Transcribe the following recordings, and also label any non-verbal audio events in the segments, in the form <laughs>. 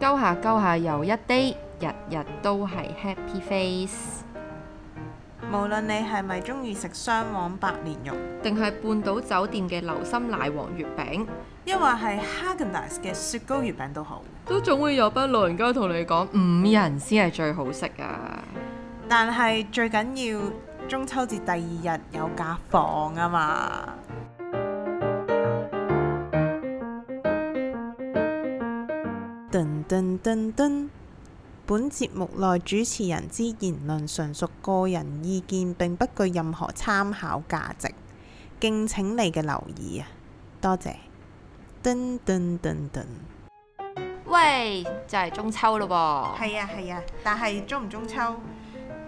下鳩下又一 day，日日都係 happy face。無論你係咪中意食雙黃白蓮蓉，定係半島酒店嘅流心奶黃月餅，抑或係 Häagen-Dazs 嘅雪糕月餅都好，都總會有班老人家同你講五仁先係最好食啊！但係最緊要中秋節第二日有假放啊嘛。噔噔噔噔，本節目內主持人之言論純屬個人意見，並不具任何參考價值，敬請你嘅留意啊！多謝。噔噔噔噔，喂，就係中秋咯噃，係啊係啊，但係中唔中秋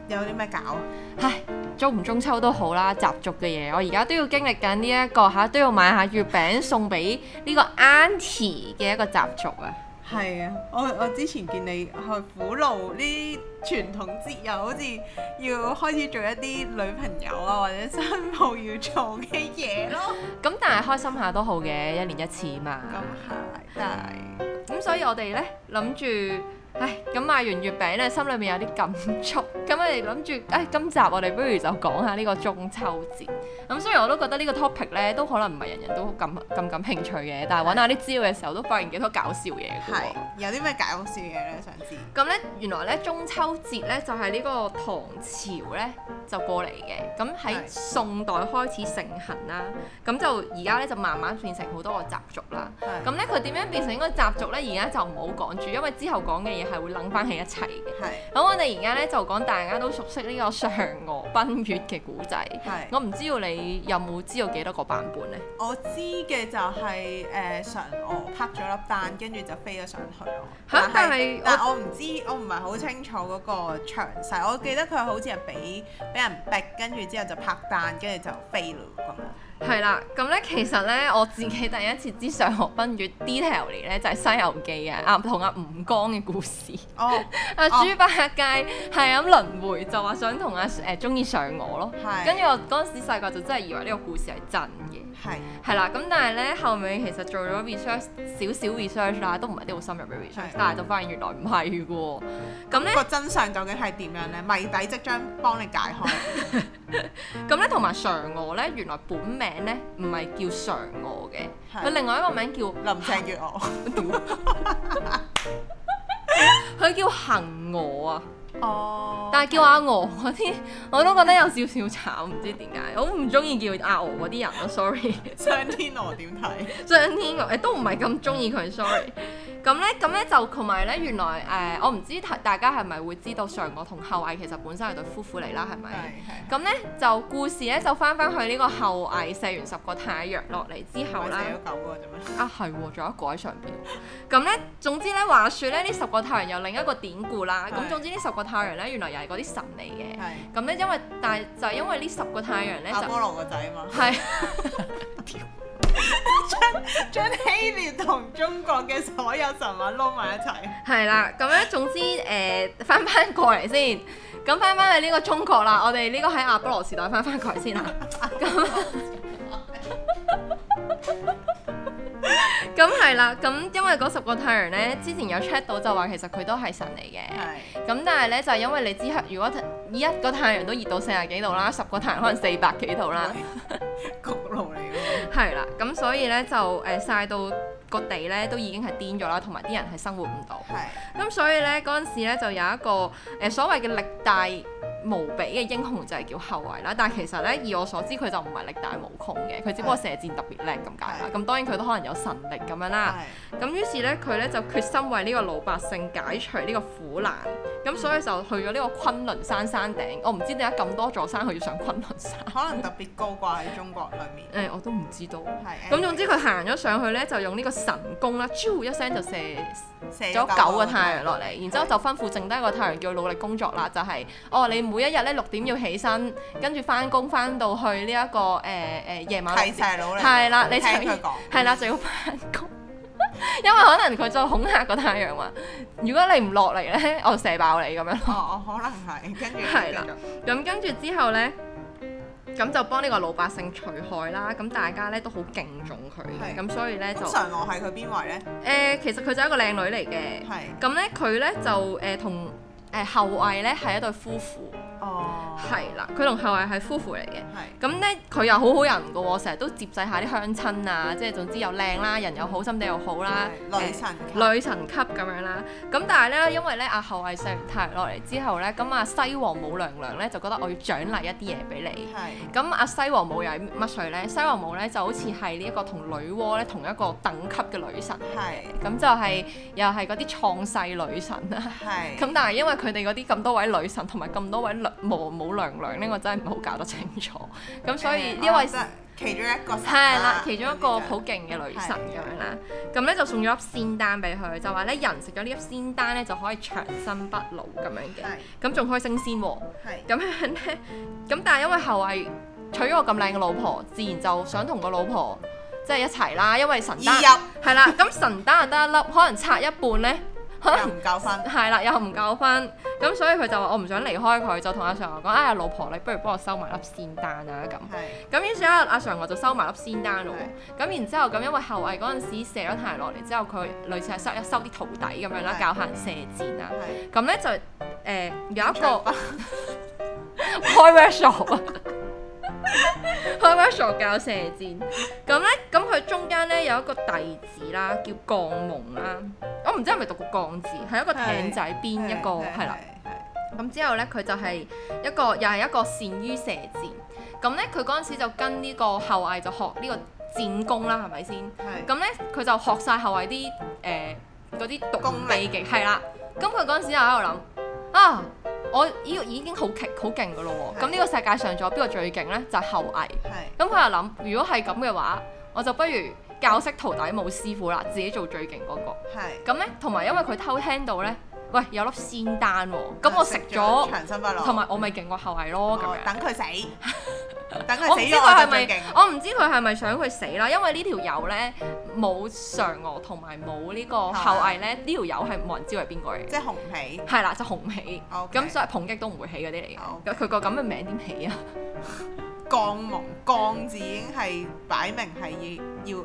有啲咩搞？啊唉，中唔中秋都好啦，習俗嘅嘢，我而家都要經歷緊呢一個嚇，都要買下月餅送俾呢個 auntie 嘅一個習俗啊！係啊，我我之前見你去苦勞呢啲傳統節日，好似要開始做一啲女朋友啊或者新抱要做嘅嘢咯。咁但係開心下都好嘅，一年一次嘛。咁係，但係咁所以我哋咧諗住，唉，咁買完月餅咧，心裏面有啲感觸。咁我哋諗住，唉，今集我哋不如就講下呢個中秋節。咁雖然我都覺得呢個 topic 咧，都可能唔係人人都咁咁感興趣嘅，但係揾下啲資料嘅時候，都發現幾多搞笑嘢嘅喎係。有啲咩搞笑嘢咧？想知咁咧，原來咧中秋節咧就係、呢個唐朝咧就過嚟嘅，咁喺係宋代開始盛行啦，咁就而家咧就慢慢變成好多個習俗啦。係咁咧佢點樣變成一個習俗咧？而家就唔好講住，因為之後講嘅嘢係會諗翻起一齊嘅。係咁我哋而家咧就講大家都熟悉呢個嫦娥奔月嘅古仔。係我唔知道你有冇知道幾多個版本咧？我知嘅就係誒嫦娥拍咗粒蛋，跟住就飛咗上去咯。嚇但係但我唔知，我唔係好清楚嗰個詳細。我記得佢好似係俾俾人逼，跟住之後就拍蛋，跟住就飛咯咁樣。係啦，咁咧其實咧我自己第一次知嫦娥奔月 detail 嚟咧就係、西遊記》啊，阿同阿吳剛嘅故事。哦，阿哦豬八戒係咁輪迴，就話想同阿誒中意嫦娥咯。係跟住我嗰陣時細個就真係以為呢個故事係真嘅。係係啦，咁但係咧後尾其實做咗 research 少少 research 啦，都唔係啲好深入嘅 research，嗯係嗯但係就發現原來唔係喎。咁咧個真相究竟係點樣呢？謎底即將幫你解開。咁咧同埋嫦娥咧，原來本名咧唔係叫嫦娥嘅，係佢另外一個名叫林鄭月娥。佢叫恆娥啊。哦但係叫阿娥嗰啲，我都覺得有少少慘，唔知點解，我好唔中意叫阿娥嗰啲人咯，sorry。 <laughs> 上天鵝點睇？張天愛誒都唔係咁中意佢，sorry。咁咧，咁咧就同埋咧，原來誒、呃我唔知大家係咪會知道嫦娥同后羿其實本身係對夫婦嚟啦，係係咪？係咁咧就故事咧就翻翻去呢個后羿射完十個太陽落嚟之後我啦。寫咗九個啫嘛。啊係喎，仲有一個喺上邊。咁咧，總之咧話說咧，呢十個太陽有另一個典故啦。咁係總之呢十個太陽咧，原來又係嗰啲神嚟嘅。係咁咧，因為但係就係因為呢十個太陽咧阿就波羅個仔嘛。係。將希臘同中國嘅所有神話撈埋一齊。係啦，咁咧總之誒 <laughs> 翻翻過嚟先，咁翻翻去呢個中國啦，我哋呢個喺阿波羅時代翻翻過嚟先啦。 <laughs> 咁咁係啦，咁因為嗰十個太陽咧，之前有 check 到就話其實佢都係神嚟嘅。係咁但係咧就係因為你知，如果以一個太陽都熱到四十幾度啦，十個太陽可能四百幾度啦。焗爐嚟喎。係啦，咁所以咧就誒曬、到個地咧都已經係癲咗啦，同埋啲人係生活唔到。係咁所以咧嗰陣時咧就有一個誒、呃所謂嘅歷大無比嘅英雄就係叫後羿啦，但係其實咧以我所知佢就唔係歷大無窮嘅，佢只不過射箭特別叻咁解啦。係咁當然佢都可能有神力咁樣啦。係咁於是咧佢咧就決心為呢個老百姓解除呢個苦難，咁所以就去咗呢個昆崙山山頂。我唔知點解咁多座山佢要上昆崙山，誒、可能特別高啩喺中國裏面。我都唔知道。係咁總之佢行咗上去咧，就用呢個神功啦，啾一聲就射射咗九個太陽落嚟，然之後就吩咐剩低一個太陽叫佢努力工作啦，就係、哦，你每一日咧六點要起身，跟住翻工翻到去呢、一個誒誒、呃夜晚六睇細佬嚟。係啦，你聽就佢講。係啦就要翻工， <laughs> 因為可能佢再恐嚇個太陽話，如果你唔落嚟咧，我射爆你咁樣。哦，我可能係，跟住係啦繼續咁跟住之後呢，誒、咁就幫呢個老百姓除害啦。咁大家咧都好敬重佢嘅，係咁所以咧就咁誒、嫦娥係佢邊位呢？其實佢就係一個靚女嚟嘅。係咁咧佢咧就誒同誒後羿咧係一對夫婦，哦，係啦，佢同後羿係夫婦嚟嘅。係咁咧佢又好好人嘅喎，成日都接濟下啲鄉親啊，即係總之又靚啦，人又好，心地又好啦，係女神級女神級咁樣啦。咁但係咧，因為咧阿後羿上太落嚟之後咧，咁阿西王母娘娘咧就覺得哦我要獎勵一啲嘢俾你。係咁阿西王母又係乜水咧？西王母咧就好似係呢一個同女媧咧同一個等級嘅女神，係咁就係、又係嗰啲創世女神啊啦。係咁但係因為佢哋嗰啲咁多位女神同埋咁多位娘母母娘娘呢，我真係唔係好搞得清楚。咁所以呢位誒我得其中一個神係啦，其中一個咁好就勁嘅女神咁樣啦。咁咧就送咗粒仙丹俾佢，就話咧人食咗呢粒仙丹咧就可以長生不老咁樣嘅，係咁仲可以升仙喎。係咁樣咧，咁但係因為後羿娶咗個咁靚嘅老婆，自然就想同個老婆即係一齊啦，因為神丹二係啦，咁神丹就得一粒，可能拆一半咧，可入能又唔夠分，係啦，又唔夠分，咁所以佢就話我唔想離開佢，就同阿嫦娥講：哎呀，老婆，你不如幫我收埋粒仙丹啊咁。係咁於是咧，啊阿嫦娥就收埋粒仙丹咯 <laughs> 喎。咁然之後咁，因為後羿嗰陣時射咗太陽落嚟之後，佢類似係收一收啲徒弟咁樣啦，係教下人射箭啊。係咁咧就誒、有一個 <laughs> 長分開 workshop 啊， <laughs> 開 workshop 教射箭。咁咧，咁佢中間咧有一個弟子啦，叫降蒙啦。我唔知係咪讀過降字，係一個係艇仔邊一個係啦。，係係咁之後咧，佢就係一個又係一個善於射箭。咁咧，佢嗰陣時就跟呢個後羿就學呢個戰功啦，係咪先？係咁咧，佢就學晒後羿啲誒嗰啲獨功門秘力技，係啦。咁佢嗰陣時就喺度諗啊，我呢個已經好勁好勁噶咯喎。係咁呢個世界上仲有邊個最勁咧？就係、後羿。係咁佢又諗，如果係咁嘅話，我就不如教識徒弟冇師傅啦，自己做最勁嗰、個。係。咁咧，同埋因為佢偷聽到咧，喂有粒仙丹喎、咁我食 <laughs> 咗，長生不老，同埋我咪勁過後羿咯咁哦樣。等佢死， <laughs> 等我佢唔死知咗佢我係就最咪勁，，我唔知佢係咪想佢死啦，因為呢條友咧冇嫦娥同埋冇呢個後羿咧，呢條友係冇人知佢係邊個嚟嘅即。係紅皮。係啦，就紅起， OK 咁所以抨擊都唔會起嗰啲嚟嘅。 OK 咁佢個咁嘅名點起啊？降蒙降字已經係擺明係要要誒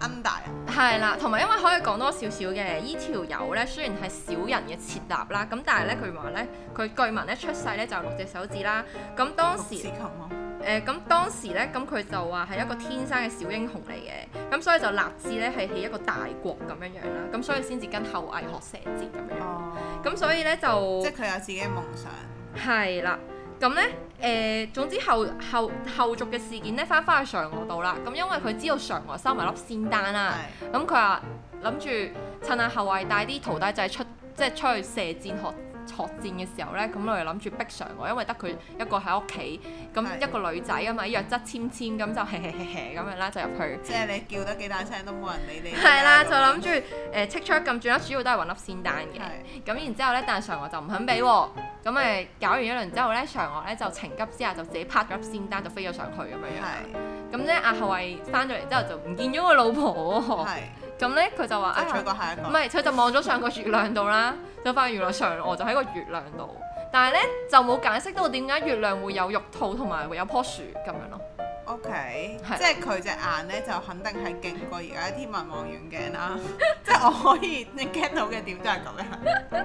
under 啊人係啦，同埋因為可以講多少少嘅，呢條友咧雖然係小人嘅設立啦，咁但係咧佢話咧，佢據聞咧出世咧就有六隻手指啦，咁當六時字。琴咯，誒咁、當時咧，咁佢就話係一個天生嘅小英雄嚟嘅，咁所以就立志咧係起一個大國咁樣樣啦，咁所以先至跟後羿學射箭咁樣樣，哦，咁所以咧就即係佢有自己嘅夢想，係啦，咁咧誒總之後後後續嘅事件咧翻返去嫦娥度啦，咁因為佢知道嫦娥收埋粒仙丹啦，係咁佢話諗住趁阿後羿帶啲徒弟仔出即係出去射箭學。學戰嘅時候咧，咁我哋諗住逼嫦娥，因為得佢一個喺屋企，咁係一個女仔啊嘛，弱質纖纖咁就嘿嘿嘿嘿咁樣啦，就入去。即係你叫得幾大聲都冇人 <laughs> 理你。係啦，就諗住誒戚出撳住啦，主要都係揾粒仙丹嘅。係咁然之後咧，但係嫦娥就唔肯俾喎。咁誒搞完一輪之後咧，嫦娥咧就情急之下就自己拍咗粒仙丹就飛咗上去咁樣樣。係啊咁咧阿後羿翻咗嚟之後就唔見咗個老婆係，喎。咁咧佢就話就啊取。過下一個唔。係，佢就望咗上個月亮度啦，就發現原來嫦娥就喺個月亮度，但係咧就冇解釋到點解月亮會有玉兔同埋會有棵樹咁樣咯。 O K，係即係佢隻眼咧就肯定係勁過而家啲文望遠鏡啦， <laughs> 即係我可以你 get 到嘅點就係咁樣。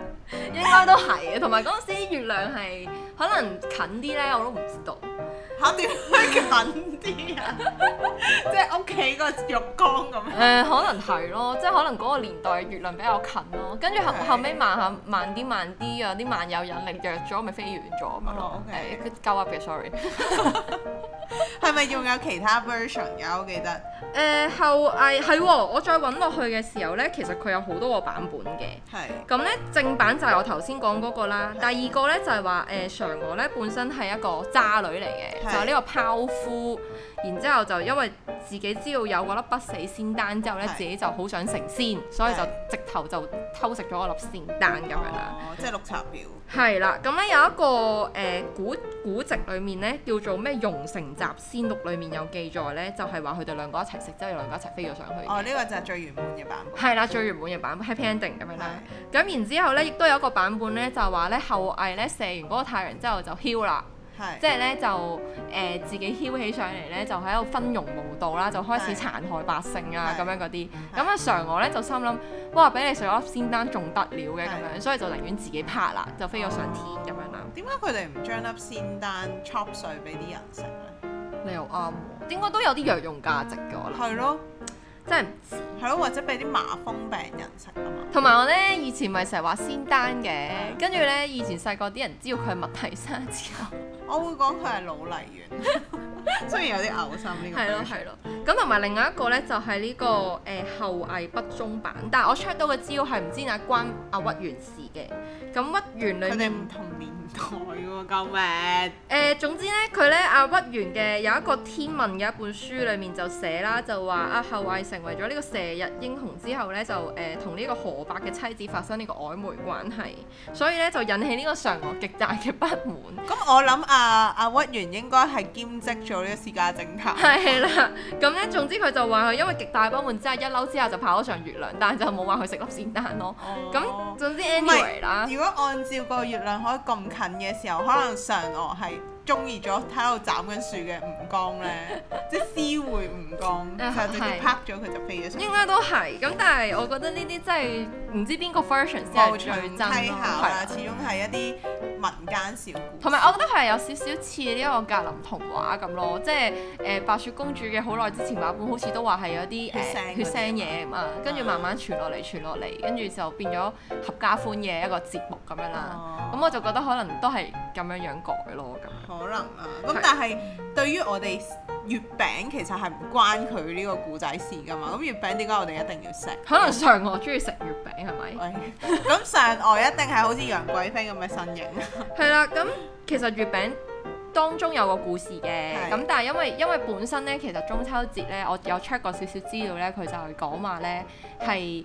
應該都係嘅，同埋嗰陣時月亮係可能近啲咧，我都唔知道。嚇點樣近啲啊？即係屋企個浴缸咁誒、樣。可能係咯，即係可能嗰個年代月亮比較近咯，跟住後係後尾慢下慢啲慢啲啊，啲萬有引力弱咗，咪飛遠咗咁樣咯哦。，OK 誒佢鳩噏嘅，sorry。係咪仲有其他 version 㗎？我記得誒、後羿係喎，我再揾落去嘅時候咧，其實佢有好多個版本嘅。係咁咧正版就係我頭先講嗰個啦，第二個咧就係話誒嫦娥咧本身係一個渣女嚟嘅，係就係呢個拋夫，然之後就因為自己知道有嗰粒不死仙丹之後咧，係自己就好想成仙，所以就係直頭就偷食咗嗰粒仙丹咁樣啊啦。哦，即係綠茶婊。係啦，咁咧有一個誒、呃古古籍裏面咧叫做咩《容城集仙錄》裏面有記載咧，就係話佢哋兩個一齊食，之後兩個一齊飛咗上去嘅。哦，呢個就係最原本嘅版係啦，最原本嘅版本 happy ending 咁樣本。啦係。咁然之後咧，亦都有一個版本咧，就話咧後羿咧射完嗰個太陽之後就囂啦，即係係咧就誒、呃自己囂起上嚟咧，就喺度昏庸無道啦，就開始係殘害百姓啊係咁樣嗰啲。咁啊常我咧就心諗，哇俾你上粒仙丹仲得了嘅咁樣，所以就寧願自己拍啦，就飛咗上天咁樣啦。點解佢哋唔將粒仙丹 chop 碎俾啲人食啊咧？你又啱喎，應該都有啲藥用價值嘅我諗，係咯，嗯真係唔知。係咯，或者俾啲麻風病人食啊嘛。同埋我咧以前咪成日話仙丹嘅，跟住咧以前細個啲人知道佢係麥提莎之後。我會講佢係老泥丸， <laughs> 雖然有啲嘔心呢個。係咯，係咯，咁同埋另外一個咧就係呢、個誒、呃、後羿不中版，但係我 check 到嘅資料係唔知啊關阿屈原事嘅。咁屈原裏佢哋面唔同年代喎，救誒、命！呃、總之咧佢咧阿屈原嘅有一個天文嘅一本書裏面就寫啦，就話啊後羿成為咗呢個射日英雄之後咧就誒同呢個河伯嘅妻子發生呢個曖昧關係，所以咧就引起呢個嫦娥極大嘅不滿。咁我諗阿啊阿屈原應該係兼職做呢個私家偵探。係啦，咁咧總之佢就話佢因為極大不滿之下，一嬲之下就跑咗上月亮，但係就冇話佢食粒仙丹咯。哦咁總之係 anyway 啦，如果按照個月亮可以咁近嘅時候，可能嫦娥係中意咗喺度斬緊樹嘅吳 <laughs> 剛咧，即係私會吳剛，啊就直接係拍咗佢就飛咗上應該都係。咁但係我覺得呢啲真係唔知邊個 version 先係無最從真咯稽考啦，係啊始終係一啲民間小故同埋我覺得佢係有少少似呢一個格林童話咁咯，即係誒、呃白雪公主嘅好耐之前話本好似都話係有啲誒、呃血腥嗰啲啊血腥嘢嘛，跟住慢慢傳落嚟傳落嚟，跟住就變咗合家歡嘅一個節目咁樣啦。哦咁我就覺得可能都係咁樣樣改咯，咁樣。可能啊，咁係但係對於我哋月餅其實係唔關佢呢個故仔事㗎嘛，咁月餅點解我哋一定要食？可 <laughs> 能上我中意食月餅係咪？喂，咁上外一定係好似楊貴妃咁嘅身形，係啦，咁其實月餅當中有個故事嘅，係咁但係因為因為本身咧，其實中秋節咧，我有 check 過少少資料咧，佢就係講話咧係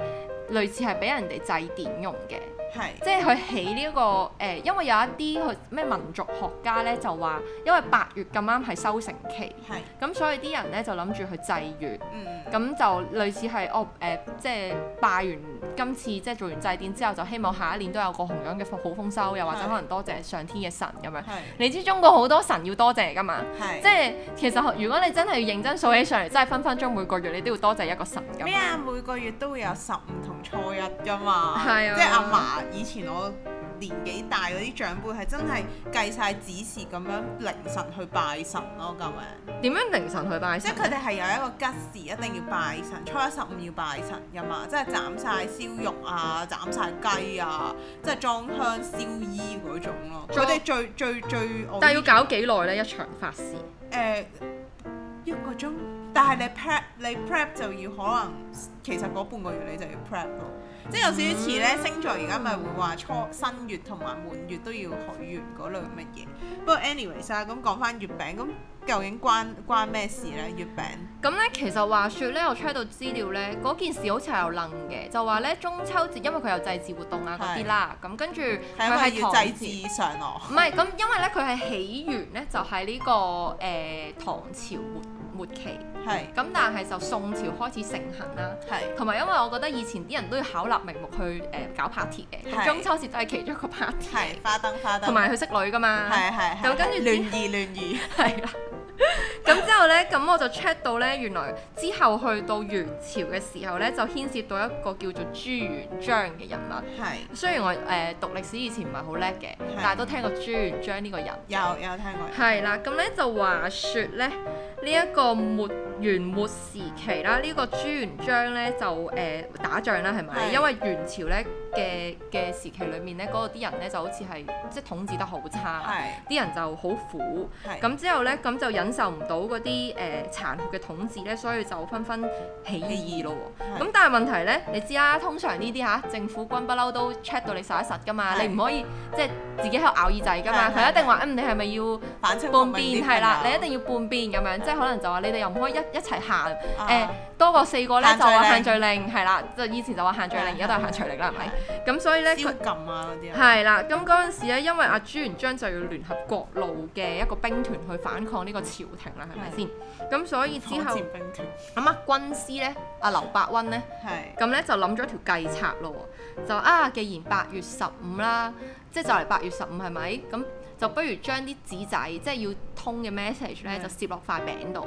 類似係俾人哋祭典用嘅。係即係佢起呢、一個誒、呃因為有一啲佢咩民族學家咧就話，因為八月咁啱係收成期，係咁所以啲人咧就諗住去祭月，嗯。咁就類似係哦誒、呃即係拜完今次即係做完祭典之後，就希望下一年都有個同樣嘅好豐收，又或者係可能多謝上天嘅神咁樣。係你知中國好多神要多謝噶嘛？係即係其實如果你真係要認真數起上嚟，真係分分鐘每個月你都要多謝一個神咁嗯咩。啊？每個月都會有十五同初一噶嘛，係啊即係阿嫲以前我年紀大嗰啲長輩係真係計晒指示咁樣凌晨去拜神咯，咁樣，點樣凌晨去拜即神係？佢哋係有一個吉時一定要拜神，初一十五要拜神噶嘛，即係斬晒燒肉嗯啊，斬晒雞啊，即係裝香燒衣嗰種咯。佢裝哋最最最我但係要搞幾耐呢？一場法事誒一個鐘，但係你 prep 你 prep 就要可能其實嗰半個月你就要 prep 咯，即係有少少似咧星座而家咪會話初新月同埋滿月都要許願嗰類乜嘢。不過 anyways 啊，咁講翻月餅，咁究竟關關咩事咧？月餅咁咧，其實話說咧，我 check 到資料咧，嗰件事好似係有楞嘅，就話咧中秋節因為佢有祭祀活動啊嗰啲啦，咁跟住佢係因為係要唐祭祀上羅，唔係咁，因為咧佢係起源咧就係呢、個誒、呃唐朝末末期，係咁但係就宋朝開始盛行啦。係同埋因為我覺得以前啲人都要巧立名目去誒、呃搞 party 嘅，係咁中秋節都係其中一個 party，係花燈花燈，同埋佢識女噶嘛，係係咁係跟住係之亂意亂意，係啦。咁之後呢，咁我就 check 到呢，原來之後去到元朝嘅時候呢，就牽涉到一個叫做朱元璋嘅人物。係雖然我誒、呃、讀歷史以前唔係好叻嘅，但係都聽過朱元璋呢個人。有有聽過係啦，咁咧就話説咧，呢、一個末元末時期啦，呢、個朱元璋咧就誒、呃打仗啦，係咪？係因為元朝咧嘅嘅時期裏面咧，嗰、啲人咧就好似係即係統治得好差，係啲人就好苦。係咁之後咧，咁就忍受唔到嗰啲誒殘酷嘅統治咧，所以就紛紛起義咯係喎。咁但係問題咧，你知啦，通常呢啲嚇政府軍不嬲都 check 到你實一實噶嘛，係你唔可以即係自己喺度咬耳仔噶嘛，係佢係一定話嗯你係咪要？反清半復明邊啲係啦，朋你友一定要半邊咁樣，即係可能就話你哋又唔可以一一齊行，誒、啊多過四個咧限就聚令話限聚令係啦，就以前就話限聚令，而家都係限聚令啦，係咪？咁所以咧燒佢禁啊嗰啲啊，係啦，咁嗰陣時咧，因為阿朱元璋就要聯合各路嘅一個兵團去反抗呢個朝廷啦，係咪先？咁所以之火後箭兵團咁啊，軍師咧，阿劉伯温咧。係咁咧就諗咗條計策咯喎，就啊，既然八月十五啦，即係就嚟八月十五係咪？咁就不如將啲紙仔即係要通嘅 message 咧，嗯就攝落塊餅度。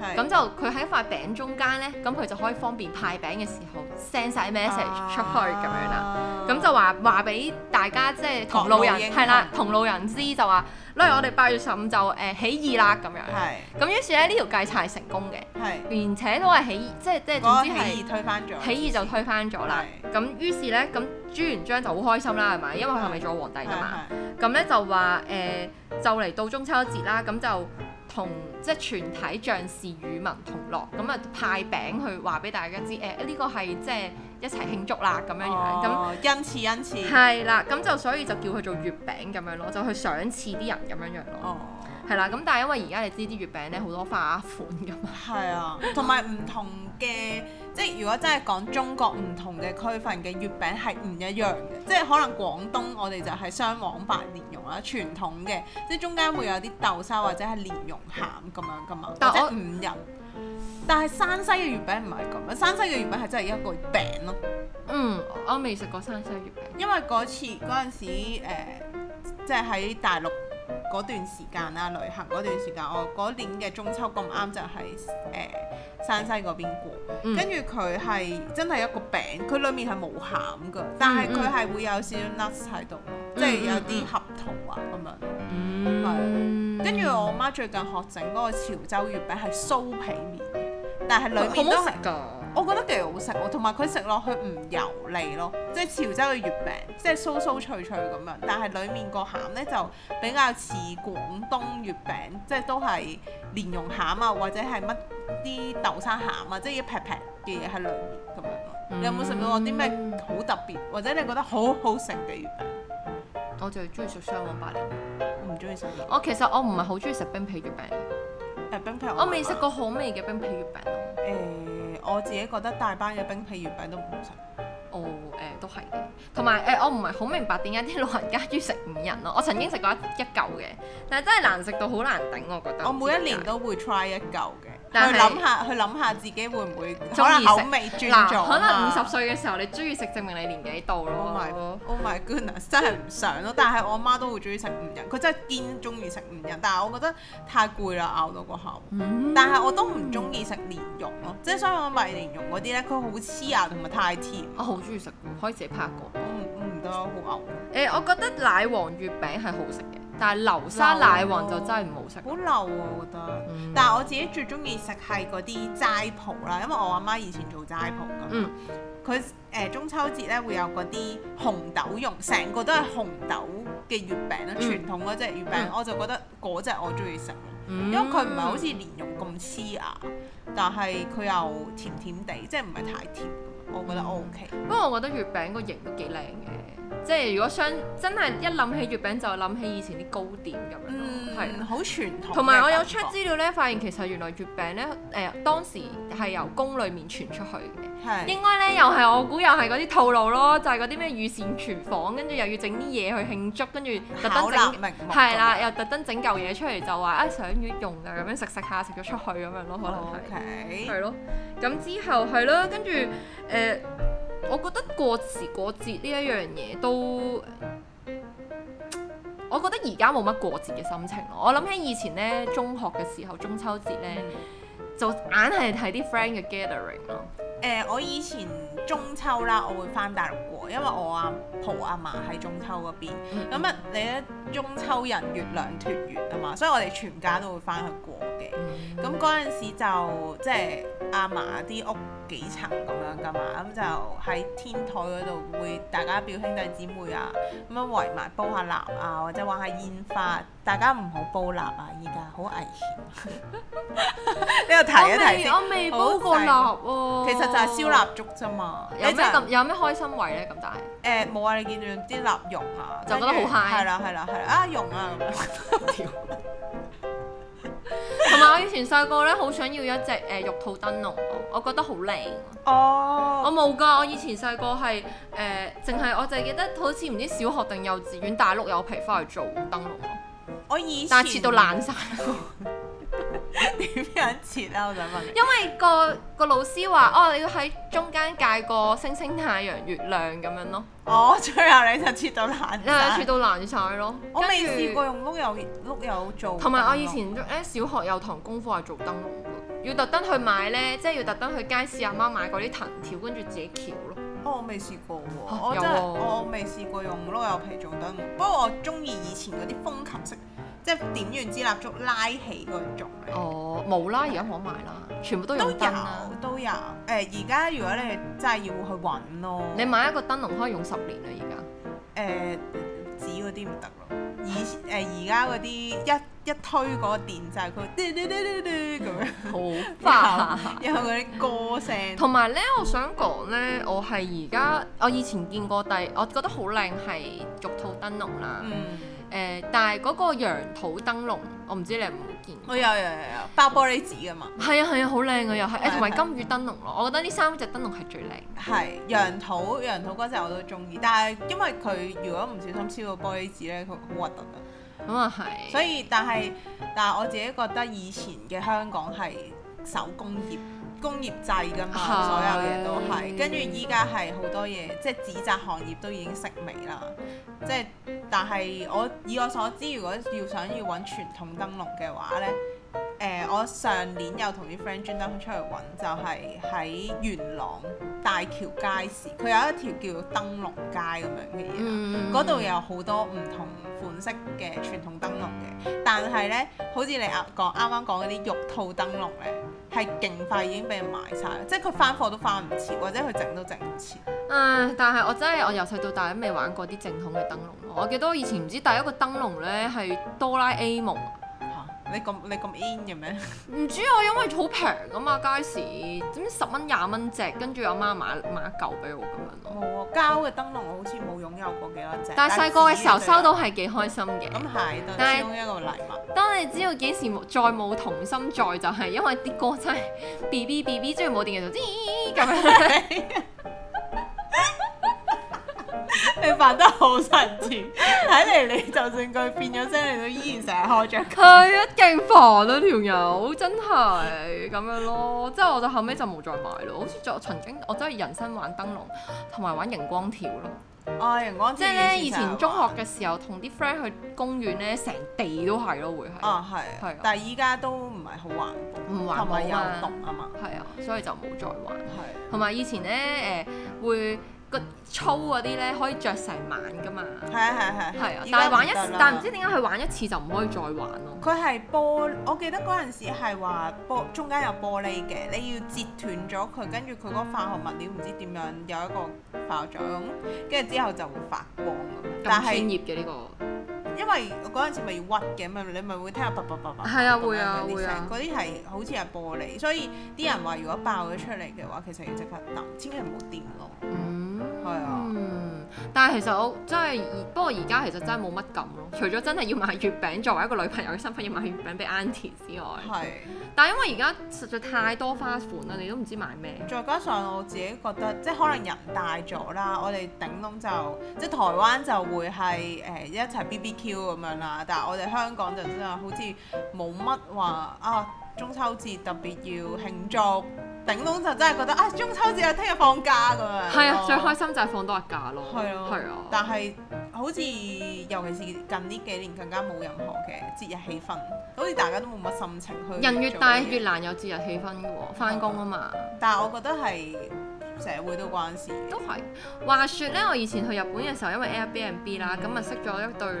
係咁就佢喺塊餅中間咧，咁佢就可以方便派餅嘅時候 send 晒啊 message 出去咁樣啦。啦咁就話話俾大家即係同路人各路英雄係啦，同路人知就話，例如我哋八月十五就誒、起義啦咁樣。係咁於是咧呢條計策係成功嘅，係而且都係起即係即係嗰個總起之係。義推翻咗，起義就推翻咗啦，咁於是呢，咁朱元璋就好開心啦，係咪？因為佢係咪做咗皇帝㗎嘛？係咁呢就話誒、就嚟到中秋節啦，咁就同即係全體將士與民同樂，咁啊派餅去話俾大家知，誒、呃呢、個係即係一齊慶祝啦咁樣樣，咁哦恩賜恩賜，係啦，咁就所以就叫佢做月餅咁樣咯，就去賞賜啲人咁樣樣咯。哦係啦，咁但係因為而家你知啲月餅咧好多花款噶嘛，係啊，同埋唔同嘅，即係如果真係講中國唔同嘅區份嘅月餅係唔一樣嘅，即係可能廣東我哋就係雙黃白蓮蓉啦，啊傳統嘅，即係中間會有啲豆沙或者係蓮蓉餡咁樣噶嘛，但或者我五仁。但係山西嘅月餅唔係咁，啊山西嘅月餅係真係一個餅咯，嗯，我未食過山西月餅。因為嗰次嗰陣時、呃、即係喺大陸嗰段時間啦，旅行嗰段時間，我嗰年嘅中秋咁啱就喺、呃、山西嗰邊過。嗯跟住佢係真係一個餅，佢裡面係冇餡㗎，但係嗯佢係會有少少 nuts 喺度咯，即係有啲合桃啊咁樣。嗯，跟住我媽最近學整嗰個潮州月餅係酥皮面嘅，但係裡好面唔都好係食噶？我覺得幾好食喎，同埋佢食落去唔油膩咯，即係潮州嘅月餅，即係酥酥脆脆咁樣，但係裡面個餡呢就比較似廣東月餅，即係都係蓮蓉餡啊，或者係乜啲豆沙餡啊，即係一撇撇嘅嘢喺裡面咁樣咯。你有冇食過啲咩好特別，或者你覺得好好食嘅月餅？我最中意食雙黃白蓮。我唔中意食嘅。我其實我唔係好中意食冰皮月餅，誒冰皮我未食。過好味嘅冰皮月餅咯。誒、我自己覺得大班嘅冰皮月餅都唔好食。哦，誒、都係嘅，同埋誒，我唔係好明白點解啲老人家中意食五仁咯。我曾經食過一一嚿嘅，但係真係難食到好難頂，我覺得。我每一年唔知點解都會 try 一嚿嘅，但去係諗下，去諗下自己會唔會可中意能食口味轉咗嗱，啊可能五十。歲嘅時候你中意食，證明你年紀到 Oh 咯。 my oh my goodness，真係唔想咯。但係我媽都會中意食五仁，佢真係堅中意食五仁。但係我覺得太攰啦，咬到個口。嗯但係我都唔中意食蓮蓉咯，即係所以我米蓮蓉嗰啲咧，佢好黐牙同埋太甜，我好中意食嘅，可以自己拍一個。我唔我唔得，好嘔，誒、我覺得奶黃月餅係好食嘅，但係流沙奶黃就真係唔好食。好流啊！我覺得。嗯但係我自己最中意食係嗰啲齋鋪啦，因為我阿媽以前做齋鋪㗎嘛嗯。佢誒、呃中秋節咧會有嗰啲紅豆蓉，成個都係紅豆嘅月餅啦，嗯傳統嗰只月餅，嗯我就覺得嗰只我中意食咯，因因為佢唔係好似蓮蓉咁黐牙，但係佢又甜甜地，即係唔係太甜，我覺得嗯 O K。不過我覺得月餅個形都幾靚嘅，即係如果相真係一諗起月餅就諗起以前啲糕點咁樣咯，係啊、嗯，好傳統嘅感覺。同埋我有 check 資料咧，發現其實原來月餅咧，誒、當時係由宮裏面傳出去嘅。係應該咧又係我估又係嗰啲套路咯，就係嗰啲咩御膳廚房，跟住又要整啲嘢去慶祝，跟住特巧登立整名目係啦，又特登整嚿嘢出嚟就話啊想要用㗎，咁樣食食下食咗出去咁樣咯，可能係。 ，O K。係咯，咁之後係咯，跟住誒，呃我覺得過時過節呢一樣嘢都，我覺得而家冇乜過節嘅心情咯。我諗起以前咧，中學嘅時候中秋節咧，就硬係睇啲 friend 嘅 gathering 咯。誒、呃我以前中秋啦，我會翻大陸過，因為我阿婆阿嫲喺中秋嗰邊。嗯咁啊、你咧中秋人月亮團圓啊嘛，所以我哋全家都會翻去過嘅。咁嗰陣時就即係阿嫲啲屋幾層咁樣噶嘛，咁就喺天台嗰度會大家表兄弟姊妹啊，咁樣圍埋煲下蠟啊，或者玩下煙花。大家唔好煲蠟啊，依家好危險。 <laughs> 呢度提一提啊先。我未我未煲過蠟喎、其實就係燒蠟燭啫嘛，哦有你咩就咁有咩開心位咧？咁但係。誒冇啊！你見到啲蠟蓉啊，就覺得好跟住 high 係啦係啦係啦啊蓉啊咁樣， <laughs> 同埋我以前細個咧，好想要一隻誒、呃玉兔燈籠，我覺得好靚。我哦，冇㗎，我以前細個係誒，呃淨、係我就係記得好似唔知小學定幼稚園大陸有皮花嚟做燈籠咯，我以前 <laughs> 但係切到爛晒。點樣切啊？我想問你。因為個個老師話哦，你要喺中間界個星星、太陽、月亮咁樣咯，哦， <laughs> 最後你就切到爛誒晒切到爛晒咯。我未跟住試過用碌柚碌柚做。啊同埋我以前咧小學有堂功課係做燈籠㗎，要特登去買咧，即係要特登去街市阿媽買嗰啲藤條，跟住自己撬咯。哦，我未試過喎，啊我有真係喎我未試過用碌柚皮做燈籠。不過我中意以前嗰啲風琴式，即係點完支蠟燭拉起嗰種咧。哦，冇啦，而家冇得賣啦，全部都都用燈啊啦有。都有，誒而家如果你真係要去揾咯，你買一個燈籠可以用十年啦，而家。誒紙嗰啲唔得咯，以誒而家嗰啲一一推嗰個電掣，佢嘟嘟嘟嘟嘟咁樣。好煩。有嗰啲歌聲，同埋咧，我想講咧，我係而家我以前見過第，我覺得好靚係玉兔燈籠啦。誒、嗯，但係嗰個羊肚燈籠，我唔知你有冇見過哦我。有有有有包玻璃紙噶嘛，係啊係啊，好靚嘅又係，係誒同埋係金魚燈籠咯，我覺得呢三隻燈籠係最靚。係羊肚羊肚嗰隻我都中意，但係因為佢如果唔小心燒到玻璃紙咧，佢好核突啊。咁啊係。所以但係但係我自己覺得以前嘅香港係手工業工業制㗎嘛，係所有嘢都係，跟住依家係好多嘢，即係紙紮行業都已經式微啦。即係但係我以我所知，如果要想要揾傳統燈籠嘅話呢。誒、我上年有同啲 friend 專登出去揾，就係喺元朗大橋街市，佢有一條叫燈籠街咁樣嘅嘢啦。嗯嗰度有好多唔同款式嘅傳統燈籠嘅，但係呢，好似你啱講啱啱講嗰啲玉兔燈籠呢，係勁快已經俾人賣晒啦，即係佢翻貨都翻唔切，或者佢整都整唔切。唉，但係我真係我由細到大都未玩過啲正統嘅燈籠咯。我記得我以前唔知第一個燈籠咧係哆啦 A 夢，嚇你咁你咁 in 嘅咩？唔知我因為好平啊嘛，街市點十蚊廿蚊隻，跟住阿媽買買一嚿俾我咁樣咯。冇啊！膠嘅燈籠我好似冇擁有過幾多隻。但係細個嘅時候收到係幾開心紙嘅嘅。咁係，當但係始終一個禮 <laughs> 物。當你知道幾時冇再冇童心在，就係因為啲歌真係 <laughs> B B B B，跟住冇電嘅就吱咁樣。你扮得好神似，睇嚟你就算佢變咗聲，你都依然成日開着。佢一勁煩啊條友，真係咁樣咯。之後我就後尾就冇再買咯。好似就曾經我真係人生玩燈籠同埋玩熒光條咯。哦，熒光即係啊咧，以成日前中玩學嘅時候同啲 friend 去公園咧，成地都係咯，會係啊，係係啊啊，但係依家都唔係好環唔保，環同埋有保啊毒嘛。啊嘛，係啊，所以就冇再玩。係同埋以前咧，誒、會個粗嗰啲咧可以着成晚噶嘛。係啊係係係啊，依家但係玩一唔得啦但唔知點解佢玩一次就唔可以再玩咯。佢係玻，我記得嗰陣時係話玻中間有玻璃嘅，你要截斷咗佢，跟住佢嗰個化學物料唔知點樣有一個化學作用，跟住之後就會發光咁樣。咁但專係業嘅呢、個。因為嗰陣時咪要屈嘅，咪你咪會聽下叭叭叭叭叭係啊咁樣會啊嗰啲會啊聲嗰啲係好似係玻璃，所以啲人話如果爆咗出嚟嘅話，其實要即刻抌，千祈唔好掂咯。嗯，係啊但係其實我真係，不過而家其實真係冇乜感咯。除咗真係要買月餅作為一個女朋友嘅身份要買月餅俾 Auntie 之外，係。但係因為而家實在太多花款啦，你都唔知買咩。再加上我自己覺得，即係可能人大咗啦，我哋頂籠就即係台灣就會係誒、呃一齊 BBQ 咁樣啦，但係我哋香港就真係好似冇乜話啊中秋節特別要慶祝，頂籠就真係覺得啊中秋節啊聽日放假咁樣。係啊，最開心就係放多日假咯。係啊，係啊，但係好似尤其是近呢幾年更加冇任何嘅節日氣氛，好似大家都冇乜心情去。人越大越。難有節日氣氛嘅喎，翻工啊嘛。但係我覺得係社會都關事嘅。都係話說咧，我以前去日本嘅時候，因為 Airbnb 啦，咁啊識咗一對誒、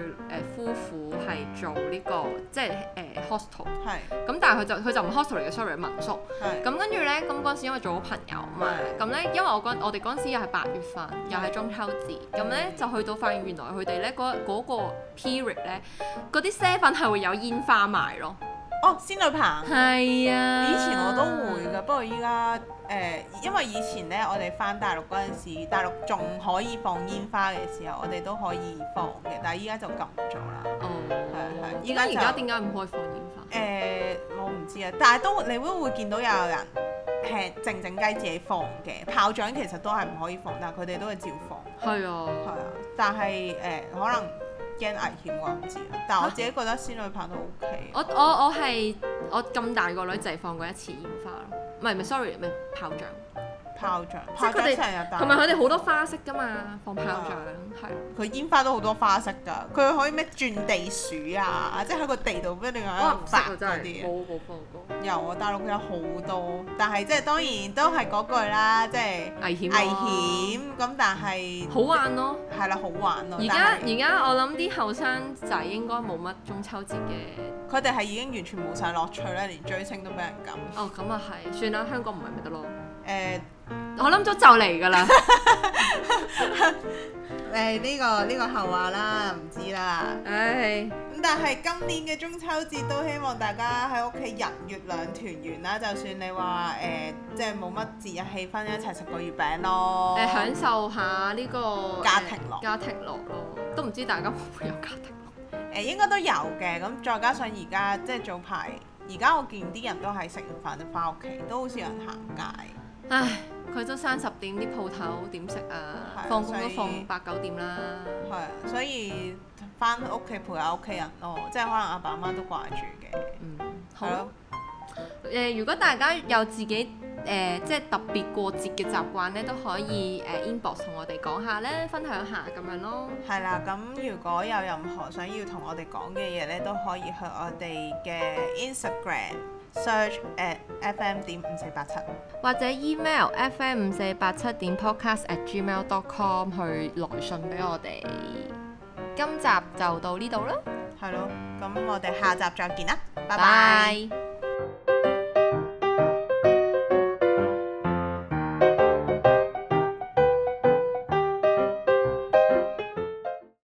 夫婦係做呢、個即係誒、hostel，係咁但係佢就佢就唔 hostel 嚟嘅，sorry 民宿。係咁跟住咧，咁嗰陣時因為做好朋友嘛，咁咧因為我嗰我哋嗰陣時又係八月份，又係中秋節，咁咧就去到發現原來佢哋咧嗰嗰個 period 咧，嗰啲 seven 係會有煙花賣咯。哦，仙女棒。係啊以前我都會㗎，不過依家誒，因為以前咧，我哋翻大陸嗰陣時，大陸仲可以放煙花嘅時候，我哋都可以放嘅，但係依家就禁咗啦。哦，係係依家而依家就家點解唔可以放煙花？誒、我唔知啊，但係都你會會見到有人係靜靜雞自己放嘅，炮仗其實都係唔可以放，但係佢哋都係照放。係啊，係啊，但係誒、可能驚危險，我唔知啦。但係我自己覺得仙女棒都 O K。我我我係我咁大個女就係放過一次煙花咯，唔係唔係，sorry，唔係炮仗，炮仗，即係炮佢仗哋成日打。同埋佢哋好多花式噶嘛，放炮啊仗係。佢煙花都好多花式㗎，佢可以咩轉地鼠啊，即係喺個地度俾你喺哇度唔識發啊真嗰係啲。冇冇放過，有啊，大陸有好多，但係即係當然都係嗰句啦，即係危險危啊咯，險咁，但係好玩咯。係啦，好玩咯。而家但而係家我諗啲後生仔應該冇乜中秋節嘅，佢哋係已經完全冇晒樂趣啦，連追星都俾人撳。誒、哦咁啊係，算啦，香港唔係咪得 <laughs> 咯？我諗咗就嚟㗎啦，誒呢個呢、個後話啦，唔知啦。唉，咁但係今年嘅中秋節都希望大家喺屋企人月兩團圓啦。就算你話誒、即係冇乜節日氣氛，一齊食個月餅咯。誒享受下呢個哦家庭樂誒家庭樂咯，都唔知大家會唔會有家庭樂？誒應該都有嘅，咁再加上而家即係早排，而家我見啲人都係食完飯就翻屋企，都好少人行街。唉，佢都三十點啲鋪頭點食啊係啊？放工所都以放八九點啦，係啊，所以翻屋企陪下屋企人咯，即係可能阿爸阿媽都掛住嘅。嗯，好係啦咯，誒、如果大家有自己誒、即係特別過節嘅習慣咧，都可以誒、inbox 同我哋講下咧，分享下咁樣咯。係啦，咁如果有任何想要同我哋講嘅嘢咧，都可以去我哋嘅 Instagram search at fm 點五四八七。或者 email fm 五四八七點 podcast at gmail dot com 去來信俾我哋。今集就到呢度啦，係咯，咁我哋下集再見啦，拜拜拜。拜